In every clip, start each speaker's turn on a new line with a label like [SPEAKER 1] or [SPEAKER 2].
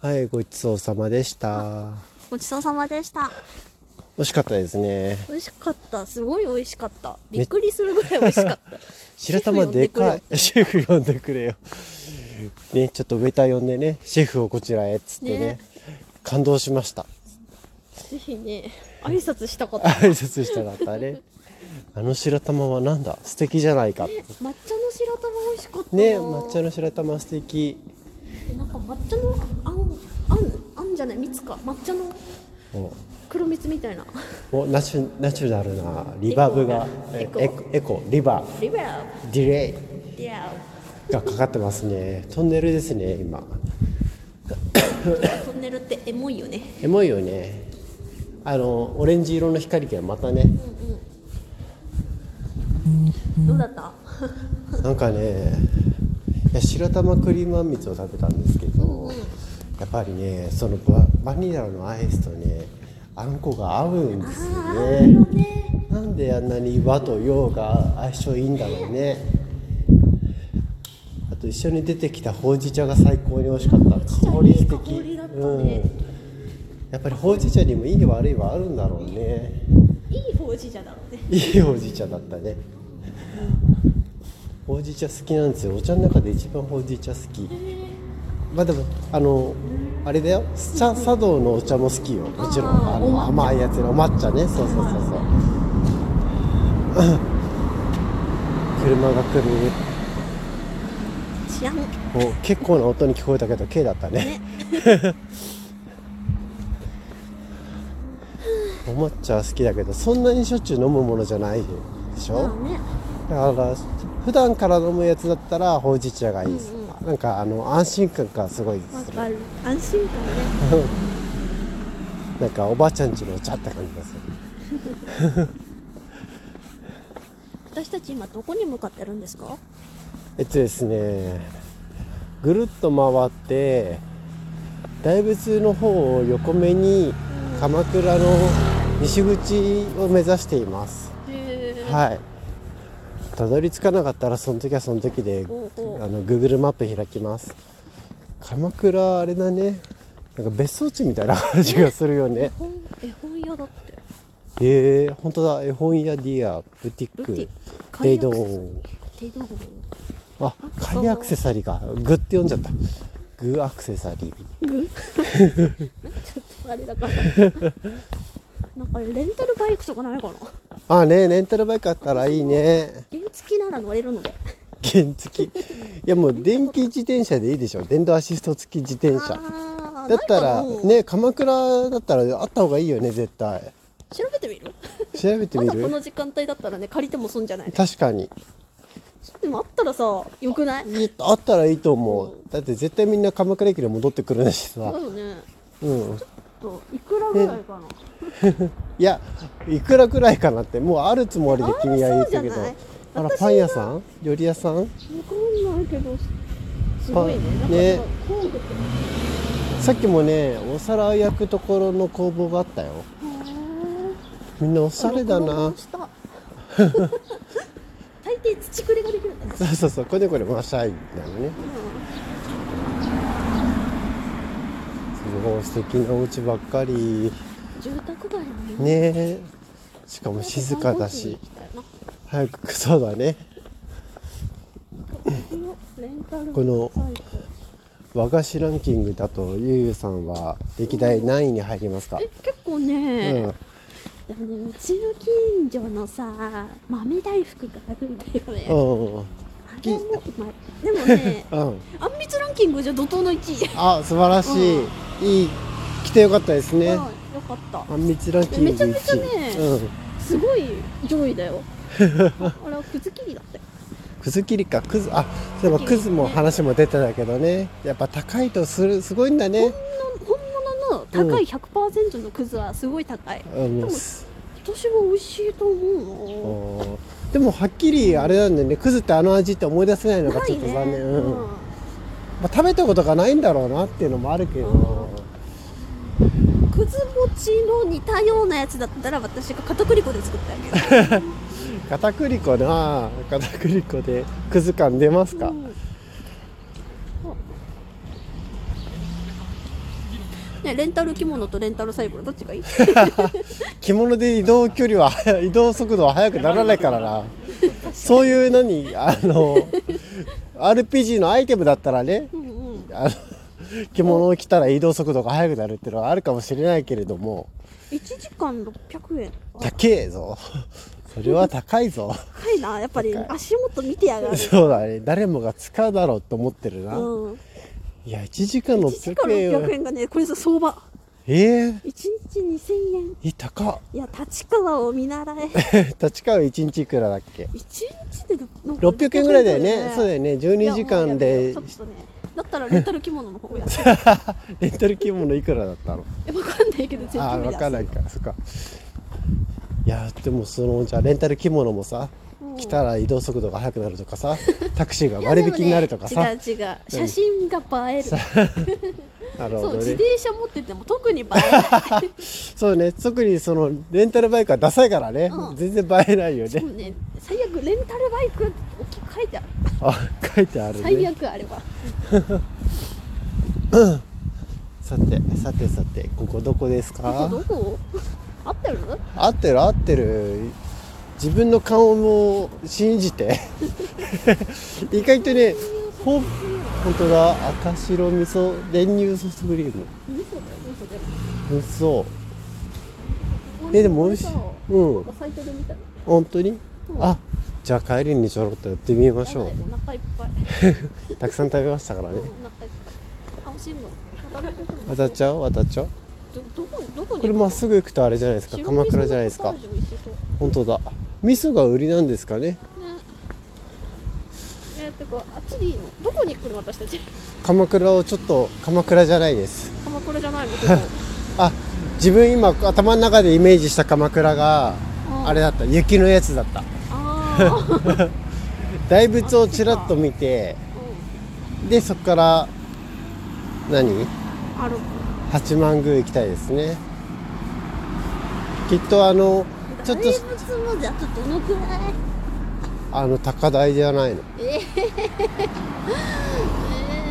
[SPEAKER 1] はい、ごちそうさまでした。
[SPEAKER 2] ごちそうさまでした。
[SPEAKER 1] 美味しかったですね。
[SPEAKER 2] 美味しかった。すごい美味しかった。びっくりするぐらい美味しかった。
[SPEAKER 1] 白玉でかい。シェフ呼んでくれよ。 ね、ちょっとウェイター呼んでね、シェフをこちらへっつってね、
[SPEAKER 2] ね
[SPEAKER 1] 感動しました。
[SPEAKER 2] ぜひね、挨拶したかっ
[SPEAKER 1] 挨
[SPEAKER 2] た。
[SPEAKER 1] 拶したかったね。あの白玉はなんだ素敵じゃないか。
[SPEAKER 2] ね抹茶の白玉美味しかったな。
[SPEAKER 1] ね、抹茶の白玉素敵。
[SPEAKER 2] なんか抹茶のあん、あん、あんじゃない、蜜か、抹茶の
[SPEAKER 1] お
[SPEAKER 2] 黒蜜みたいな。
[SPEAKER 1] おナチュナチュラルなリバーブが
[SPEAKER 2] エ
[SPEAKER 1] え
[SPEAKER 2] コ
[SPEAKER 1] エコエコリバー
[SPEAKER 2] リベラ
[SPEAKER 1] ディレ
[SPEAKER 2] ル。いや、
[SPEAKER 1] イがかかってますねトンネルですね今
[SPEAKER 2] トンネルってエモいよね。
[SPEAKER 1] エモいよねあのオレンジ色の光がまたね
[SPEAKER 2] どうだった。
[SPEAKER 1] なんかねいや白玉クリームあんみつを食べたんですけど、やっぱりねそのババニラのアイスとねあんこが合うんです
[SPEAKER 2] あ
[SPEAKER 1] よ
[SPEAKER 2] ー、
[SPEAKER 1] ね
[SPEAKER 2] よね。
[SPEAKER 1] なんであんなに和と洋が相性いいんだろうねあと一緒に出てきたほうじ茶が最高に美味しかった香り素敵
[SPEAKER 2] 香りだったね
[SPEAKER 1] うん、やっぱりほうじ茶にもいい悪いはあるんだろうね
[SPEAKER 2] いいほうじ茶だろうね。
[SPEAKER 1] いいほうじ茶だったねほうじ茶好きなんですよお茶の中で一番ほうじ茶好きまあでもあのあれだよ茶茶道のお茶も好きよもちろ
[SPEAKER 2] あー
[SPEAKER 1] んあの甘いやつのお抹茶ねそう そうそうそう車が来る
[SPEAKER 2] 治安。
[SPEAKER 1] お結構な音に聞こえたけど K だったね お抹茶は好きだけどそんなにしょっちゅう飲むものじゃないでしょ、
[SPEAKER 2] まあね。
[SPEAKER 1] だから普段から飲むやつだったらほうじ茶がいいです、なんかあの安心感がすごい
[SPEAKER 2] わ
[SPEAKER 1] する
[SPEAKER 2] かる。安心感ね。
[SPEAKER 1] なんかおばあちゃんちのお茶って感じがする
[SPEAKER 2] 私たち今どこに向かってるんですか
[SPEAKER 1] えっとですねぐるっと回って大仏の方を横目に鎌倉の西口を目指しています
[SPEAKER 2] へ
[SPEAKER 1] はいたどり着かなかったらその時はその時で
[SPEAKER 2] おうおう
[SPEAKER 1] あの Google マップ開きます鎌倉あれだねなんか別荘地みたいな感じがするよね
[SPEAKER 2] 本絵本屋だって
[SPEAKER 1] えー、本当だ絵本屋ディアブティッ
[SPEAKER 2] ルティ
[SPEAKER 1] クデイド
[SPEAKER 2] カイア
[SPEAKER 1] ーン
[SPEAKER 2] ックスデイドー
[SPEAKER 1] あカリアアクセサリーかグって読んじゃったグアクセサリー
[SPEAKER 2] ちょっとあれだからなんかレンタルバイクとかないかな
[SPEAKER 1] あねレンタルバイクあったらいいね
[SPEAKER 2] 原付なら乗れるので
[SPEAKER 1] 原付きいやもう電気自転車でいいでしょ電動アシスト付き自転車
[SPEAKER 2] あー
[SPEAKER 1] だったら
[SPEAKER 2] ないかな
[SPEAKER 1] ね鎌倉だったらあった方がいいよね絶対
[SPEAKER 2] 調べてみる
[SPEAKER 1] 調べて
[SPEAKER 2] ま
[SPEAKER 1] み
[SPEAKER 2] だこ
[SPEAKER 1] る
[SPEAKER 2] の時間帯だったらね借りても損じゃない
[SPEAKER 1] 確かに
[SPEAKER 2] でもあったらさよくない
[SPEAKER 1] いあったらいいと思うだって絶対みんな鎌倉駅で戻ってくるんだし
[SPEAKER 2] そうだ
[SPEAKER 1] さ
[SPEAKER 2] よね
[SPEAKER 1] うん
[SPEAKER 2] といくらぐらいかない
[SPEAKER 1] やいくらくらいかなってもうあるつもりで君は言ったけど
[SPEAKER 2] あそうじゃない
[SPEAKER 1] あらパン屋さん料理屋さん
[SPEAKER 2] わかんないけどすごいね
[SPEAKER 1] あ
[SPEAKER 2] なんか
[SPEAKER 1] ね
[SPEAKER 2] 工具とか
[SPEAKER 1] さっきもねお皿焼くところの工房があったよみんなおしゃれだな
[SPEAKER 2] 録音した大抵土くれができるんだね
[SPEAKER 1] そうそうそうこれこれマシャイなのねすごい素敵なお家ばっかり
[SPEAKER 2] 住宅街の
[SPEAKER 1] ね
[SPEAKER 2] ね
[SPEAKER 1] えしかも静かだし早くそうだね
[SPEAKER 2] このレンタル
[SPEAKER 1] この
[SPEAKER 2] サイト
[SPEAKER 1] 和菓子ランキングだとゆうゆうさんは歴代何位に入りますか
[SPEAKER 2] え、結構
[SPEAKER 1] う
[SPEAKER 2] ね、
[SPEAKER 1] ん、
[SPEAKER 2] でもねうちの近所のさ豆大福があるんだよね、あ
[SPEAKER 1] うん
[SPEAKER 2] れもうまいでもね
[SPEAKER 1] うん
[SPEAKER 2] あんみつランキングじゃ怒涛の1位、
[SPEAKER 1] あ素晴らしい、いい来てよかったです
[SPEAKER 2] うん、
[SPEAKER 1] ね
[SPEAKER 2] よかった
[SPEAKER 1] あんみつランキング
[SPEAKER 2] めちゃめちゃね
[SPEAKER 1] 1位うん
[SPEAKER 2] すごい上位だよああれはくず切りだったよ
[SPEAKER 1] くず切りかくずあそういえばくずも話も出てたけどねやっぱ高いとするすごいんだね
[SPEAKER 2] 本物の高い100%のくずはすごい高い、
[SPEAKER 1] あの
[SPEAKER 2] でも
[SPEAKER 1] す
[SPEAKER 2] 私は美味しいと思う
[SPEAKER 1] おでもはっきりあれなんだよねくずってあの味って思い出せないの
[SPEAKER 2] な
[SPEAKER 1] が
[SPEAKER 2] な
[SPEAKER 1] ち
[SPEAKER 2] い
[SPEAKER 1] ょっと
[SPEAKER 2] ね
[SPEAKER 1] 残念、うん
[SPEAKER 2] うん
[SPEAKER 1] まあ、食べたことがないんだろうなっていうのもあるけど
[SPEAKER 2] くず餅の似たようなやつだったら私が片栗粉で作ってあげる
[SPEAKER 1] 片栗粉な片栗粉でくず感出ますか、
[SPEAKER 2] うんあね、レンタル着物とレンタルサイクルどっち がいい
[SPEAKER 1] 着物で移動距離は移動速度は速くならないからなそういう何あの RPG のアイテムだったらね
[SPEAKER 2] うんうん
[SPEAKER 1] あの着物を着たら移動速度が速くなるっていうのはあるかもしれないけれども
[SPEAKER 2] 1時間600円あ
[SPEAKER 1] 高えぞそれは高いぞ
[SPEAKER 2] 高いなやっぱり
[SPEAKER 1] 高い
[SPEAKER 2] 足元見てやがる
[SPEAKER 1] そうだね誰もが使うだろうと思ってるな、
[SPEAKER 2] うん
[SPEAKER 1] いや1時間
[SPEAKER 2] 1時間
[SPEAKER 1] 600円は
[SPEAKER 2] 600円がねこれぞ相場
[SPEAKER 1] えー、
[SPEAKER 2] 1日2000円
[SPEAKER 1] え高っ
[SPEAKER 2] いや立川を見習え
[SPEAKER 1] 立川1日いくらだっけ
[SPEAKER 2] 1日でなんか
[SPEAKER 1] 600円ぐらいだよねそうだよね12時間
[SPEAKER 2] い
[SPEAKER 1] で
[SPEAKER 2] やもうやめようちょっとねだったらレンタル着物の方や
[SPEAKER 1] レンタル着物いくらだったの
[SPEAKER 2] えわかんないけど全
[SPEAKER 1] ああ
[SPEAKER 2] 部
[SPEAKER 1] 分かんないいかそっかいやでもそのじゃあレンタル着物もさ
[SPEAKER 2] うん
[SPEAKER 1] 来たら移動速度が速くなるとか さタクシーが割引になるとかさ、
[SPEAKER 2] いやでもね違う違う写真が映える
[SPEAKER 1] なるほ
[SPEAKER 2] そう
[SPEAKER 1] ど
[SPEAKER 2] 自
[SPEAKER 1] ね
[SPEAKER 2] 転車持ってても特に映えない
[SPEAKER 1] そうね特にそのレンタルバイクはダサいからね、
[SPEAKER 2] うん
[SPEAKER 1] 全然映えないよ
[SPEAKER 2] で
[SPEAKER 1] ね
[SPEAKER 2] もね最悪レンタルバイクって大きく書いてある
[SPEAKER 1] あ書いてある
[SPEAKER 2] 最
[SPEAKER 1] ね
[SPEAKER 2] 悪あれば
[SPEAKER 1] さてさてさてここどこですか
[SPEAKER 2] どこ合ってる
[SPEAKER 1] 合ってる合ってる自分の顔も信じて意外とねほん本当だ赤白味噌練乳ソフトクリーム
[SPEAKER 2] 味噌だよ味噌だよ
[SPEAKER 1] 美味しそう
[SPEAKER 2] ここに
[SPEAKER 1] えでも美味しい
[SPEAKER 2] こ
[SPEAKER 1] う
[SPEAKER 2] れさ
[SPEAKER 1] ん
[SPEAKER 2] サイトで見たの
[SPEAKER 1] 本当に
[SPEAKER 2] うん
[SPEAKER 1] あじゃあ帰りにちょろっと寄ってみましょ
[SPEAKER 2] やだよお腹いっぱい
[SPEAKER 1] うたくさん食べましたから
[SPEAKER 2] お
[SPEAKER 1] ね
[SPEAKER 2] 腹いっぱいあ欲しいもん働いてるの
[SPEAKER 1] 渡っちゃう渡っちゃう
[SPEAKER 2] どどこどこに
[SPEAKER 1] これまっすぐ行くとあれじゃないですか鎌倉じゃないですか
[SPEAKER 2] 白味噌のポタージュ美味しそう
[SPEAKER 1] 本当だ味噌が売りなんですかね
[SPEAKER 2] ねえー、てかあっちでいいのどこに来るの私たち
[SPEAKER 1] 鎌倉をちょっと鎌倉じゃないです
[SPEAKER 2] 鎌倉じ ゃないのこ
[SPEAKER 1] あ自分今頭の中でイメージした鎌倉が
[SPEAKER 2] うん
[SPEAKER 1] あれだった雪のやつだった
[SPEAKER 2] こああ、
[SPEAKER 1] 大仏をちらっと見てでそこから何
[SPEAKER 2] うん、ある
[SPEAKER 1] 八幡宮行きたいですねきっとあのちょっと
[SPEAKER 2] 大仏まであとどのくらい
[SPEAKER 1] あの高台じゃないの
[SPEAKER 2] えええ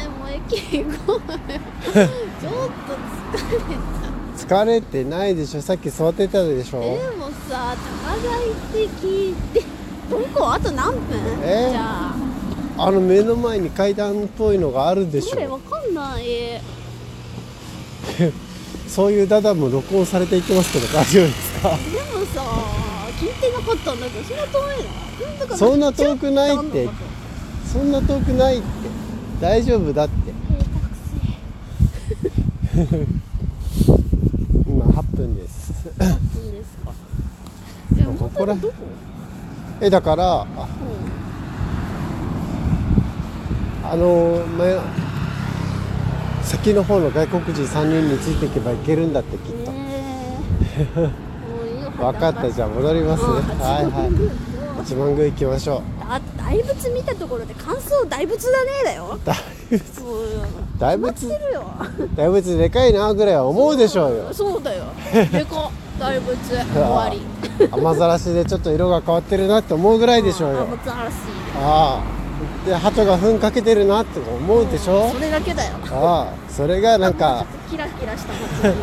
[SPEAKER 2] えもう駅行こうよちょっと疲れた
[SPEAKER 1] 疲れてないでしょさっき座ってたでしょ
[SPEAKER 2] でもさ高台って聞いてどこあと何分、
[SPEAKER 1] えー
[SPEAKER 2] じゃあ
[SPEAKER 1] あの目の前に階段っぽいのがあるでし
[SPEAKER 2] これわ
[SPEAKER 1] ょ
[SPEAKER 2] かんない
[SPEAKER 1] そういうダダも録音されていきますけど大丈夫ですか
[SPEAKER 2] でもさ聞いてなかったんだけどそんな遠いのなんだか
[SPEAKER 1] そんな遠くないって
[SPEAKER 2] ちょっとあんのかと
[SPEAKER 1] そんな遠くないって大丈夫だって
[SPEAKER 2] えータクシ
[SPEAKER 1] 今8分です
[SPEAKER 2] ーあいいんですかいや
[SPEAKER 1] こ
[SPEAKER 2] 本
[SPEAKER 1] こ
[SPEAKER 2] 当
[SPEAKER 1] ら
[SPEAKER 2] にどこ、
[SPEAKER 1] えだからあ
[SPEAKER 2] う
[SPEAKER 1] あの前先の方の外国人3人についていけばいけるんだってきっ
[SPEAKER 2] ん、
[SPEAKER 1] と
[SPEAKER 2] ね えもういいよ
[SPEAKER 1] 分かったじゃあ戻りますね
[SPEAKER 2] うん
[SPEAKER 1] はいはい
[SPEAKER 2] もう
[SPEAKER 1] 一番宮行きましょ
[SPEAKER 2] あ大仏見たところで感想大仏だねだよ
[SPEAKER 1] う大仏
[SPEAKER 2] そうよ
[SPEAKER 1] 大
[SPEAKER 2] 知って
[SPEAKER 1] 仏
[SPEAKER 2] るよ
[SPEAKER 1] 大仏でかいなぐらいは思うでしょうよ
[SPEAKER 2] そ うだよでか大仏終わり
[SPEAKER 1] 雨ざらしでちょっと色が変わってるなって思うぐらいでしょう
[SPEAKER 2] あ
[SPEAKER 1] よ
[SPEAKER 2] 松原市
[SPEAKER 1] ああで鳩が糞かけてるなって思うでしょ
[SPEAKER 2] それだけだよ
[SPEAKER 1] ああそれがなんか
[SPEAKER 2] もうちょっとキラキラした祭りに行きたい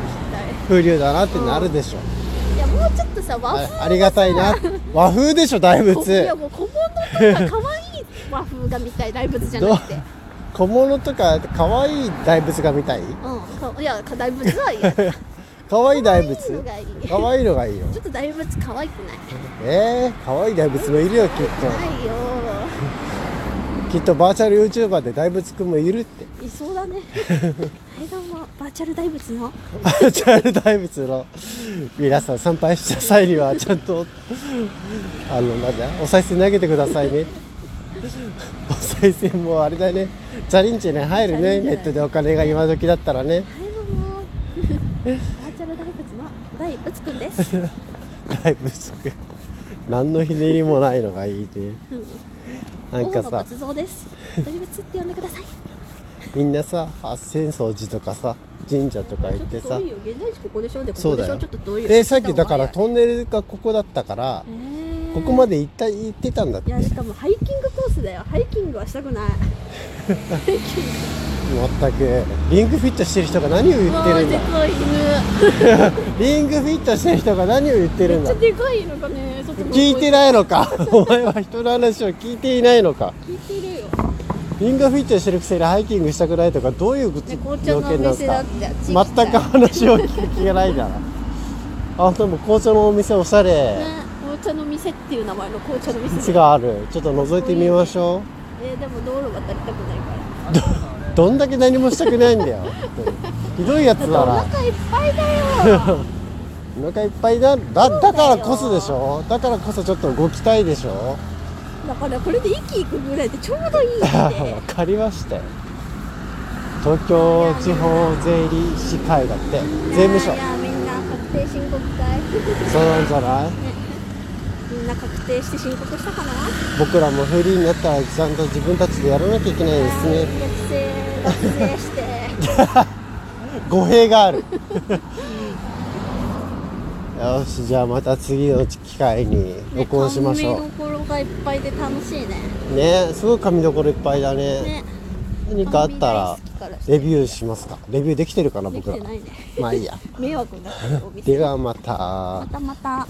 [SPEAKER 1] 風流だなってなるでしょ
[SPEAKER 2] いやもうちょっとさ和風
[SPEAKER 1] あありがたいな和風でしょ大
[SPEAKER 2] いや
[SPEAKER 1] 仏
[SPEAKER 2] もう小物とか可愛い和風が見たい大仏じゃなくて う
[SPEAKER 1] 小物とか可愛い大仏が見たい
[SPEAKER 2] んかいや大仏 はいいやち
[SPEAKER 1] 可愛い大仏
[SPEAKER 2] 可愛いのがい
[SPEAKER 1] 可愛いのが
[SPEAKER 2] い
[SPEAKER 1] いいよ
[SPEAKER 2] ょっと大仏可愛くない
[SPEAKER 1] ええ可愛い大仏もいるよきっ
[SPEAKER 2] ないよ
[SPEAKER 1] ときっとバーチャル YouTuber で大仏くんもいるって
[SPEAKER 2] いそうだ ねはいどうもバーチャル大仏の
[SPEAKER 1] バーチャル大仏の皆さん参拝した際にはちゃんとあのなんだお賽銭投げてくださいねお賽銭もあれだねチャリンチに入る
[SPEAKER 2] チャリ
[SPEAKER 1] ね
[SPEAKER 2] ンチ
[SPEAKER 1] ネットでお金が今時だったらね
[SPEAKER 2] はいど うもバーチャル大仏の大仏くんです
[SPEAKER 1] 大仏くん何のひねりもないのがいいねなんか
[SPEAKER 2] 王の
[SPEAKER 1] さ
[SPEAKER 2] 仏像です大仏って呼んでください
[SPEAKER 1] みんなさあ浅草寺とかさ神社とか行って
[SPEAKER 2] ちょっと
[SPEAKER 1] さ
[SPEAKER 2] 遠いよ現在地ここでしょでこ
[SPEAKER 1] そ
[SPEAKER 2] こ
[SPEAKER 1] う
[SPEAKER 2] で
[SPEAKER 1] だ
[SPEAKER 2] しょ
[SPEAKER 1] よ
[SPEAKER 2] ちょっと遠いよ
[SPEAKER 1] でさっきだからトンネルがここだったから
[SPEAKER 2] えー
[SPEAKER 1] ここまで行った行ってたんだっ
[SPEAKER 2] い
[SPEAKER 1] て
[SPEAKER 2] やしかもハイキングコースだよハイキングはしたくないハイキング
[SPEAKER 1] 全くリングフィットしてる人が何を言って
[SPEAKER 2] わあ
[SPEAKER 1] るん
[SPEAKER 2] で
[SPEAKER 1] だ
[SPEAKER 2] かい犬
[SPEAKER 1] リングフィットしてる人が何を言ってるん
[SPEAKER 2] めっちゃ
[SPEAKER 1] だ
[SPEAKER 2] でかいのがねちょっと
[SPEAKER 1] 聞いてないのかお前は人の話を聞いていないのか
[SPEAKER 2] 聞いてるよ
[SPEAKER 1] リングフィットしてるくせにハイキングしたくないとかどういうこと
[SPEAKER 2] ね
[SPEAKER 1] 条
[SPEAKER 2] 紅
[SPEAKER 1] 件
[SPEAKER 2] 茶の
[SPEAKER 1] な
[SPEAKER 2] お
[SPEAKER 1] んです
[SPEAKER 2] 店だ
[SPEAKER 1] か
[SPEAKER 2] って
[SPEAKER 1] 全く話を聞く気がないからあでも紅茶のお店おしゃれ、
[SPEAKER 2] ね紅茶の店っていう名前の紅茶の
[SPEAKER 1] 道
[SPEAKER 2] 店
[SPEAKER 1] があるちょっと覗いてみましょ
[SPEAKER 2] えでも道路渡りたくないから
[SPEAKER 1] うどんだけ何もしたくないんだよ本当にひどいやつだ
[SPEAKER 2] お
[SPEAKER 1] な
[SPEAKER 2] 腹いっぱいだよ
[SPEAKER 1] お腹いっぱいだだだからこそでしょだからこそちょっと動きたいでしょ
[SPEAKER 2] だからこれで息いくぐらいでちょうどいいっ て
[SPEAKER 1] わかりましたよ東京地方税理士会だって 税務署
[SPEAKER 2] いやみんな確定申告会
[SPEAKER 1] そうなんじゃない
[SPEAKER 2] みんな確定して申告したかな
[SPEAKER 1] 僕らもフリーになったらちゃんと自分たちでやらなきゃいけないですね
[SPEAKER 2] 月税脱税して
[SPEAKER 1] 語弊があ るよしじゃあまた次の機会に録音しましょう、
[SPEAKER 2] ね甘味どころがいっぱいで楽しいね
[SPEAKER 1] ねすごい紙どころいっぱいだね
[SPEAKER 2] ね
[SPEAKER 1] 何かあったら
[SPEAKER 2] 甘味大好きからして
[SPEAKER 1] レビューしますかレビューできてるかな
[SPEAKER 2] でき
[SPEAKER 1] 僕ら
[SPEAKER 2] てないね
[SPEAKER 1] まあいいや
[SPEAKER 2] 迷惑になってるお店
[SPEAKER 1] ではまた
[SPEAKER 2] またまた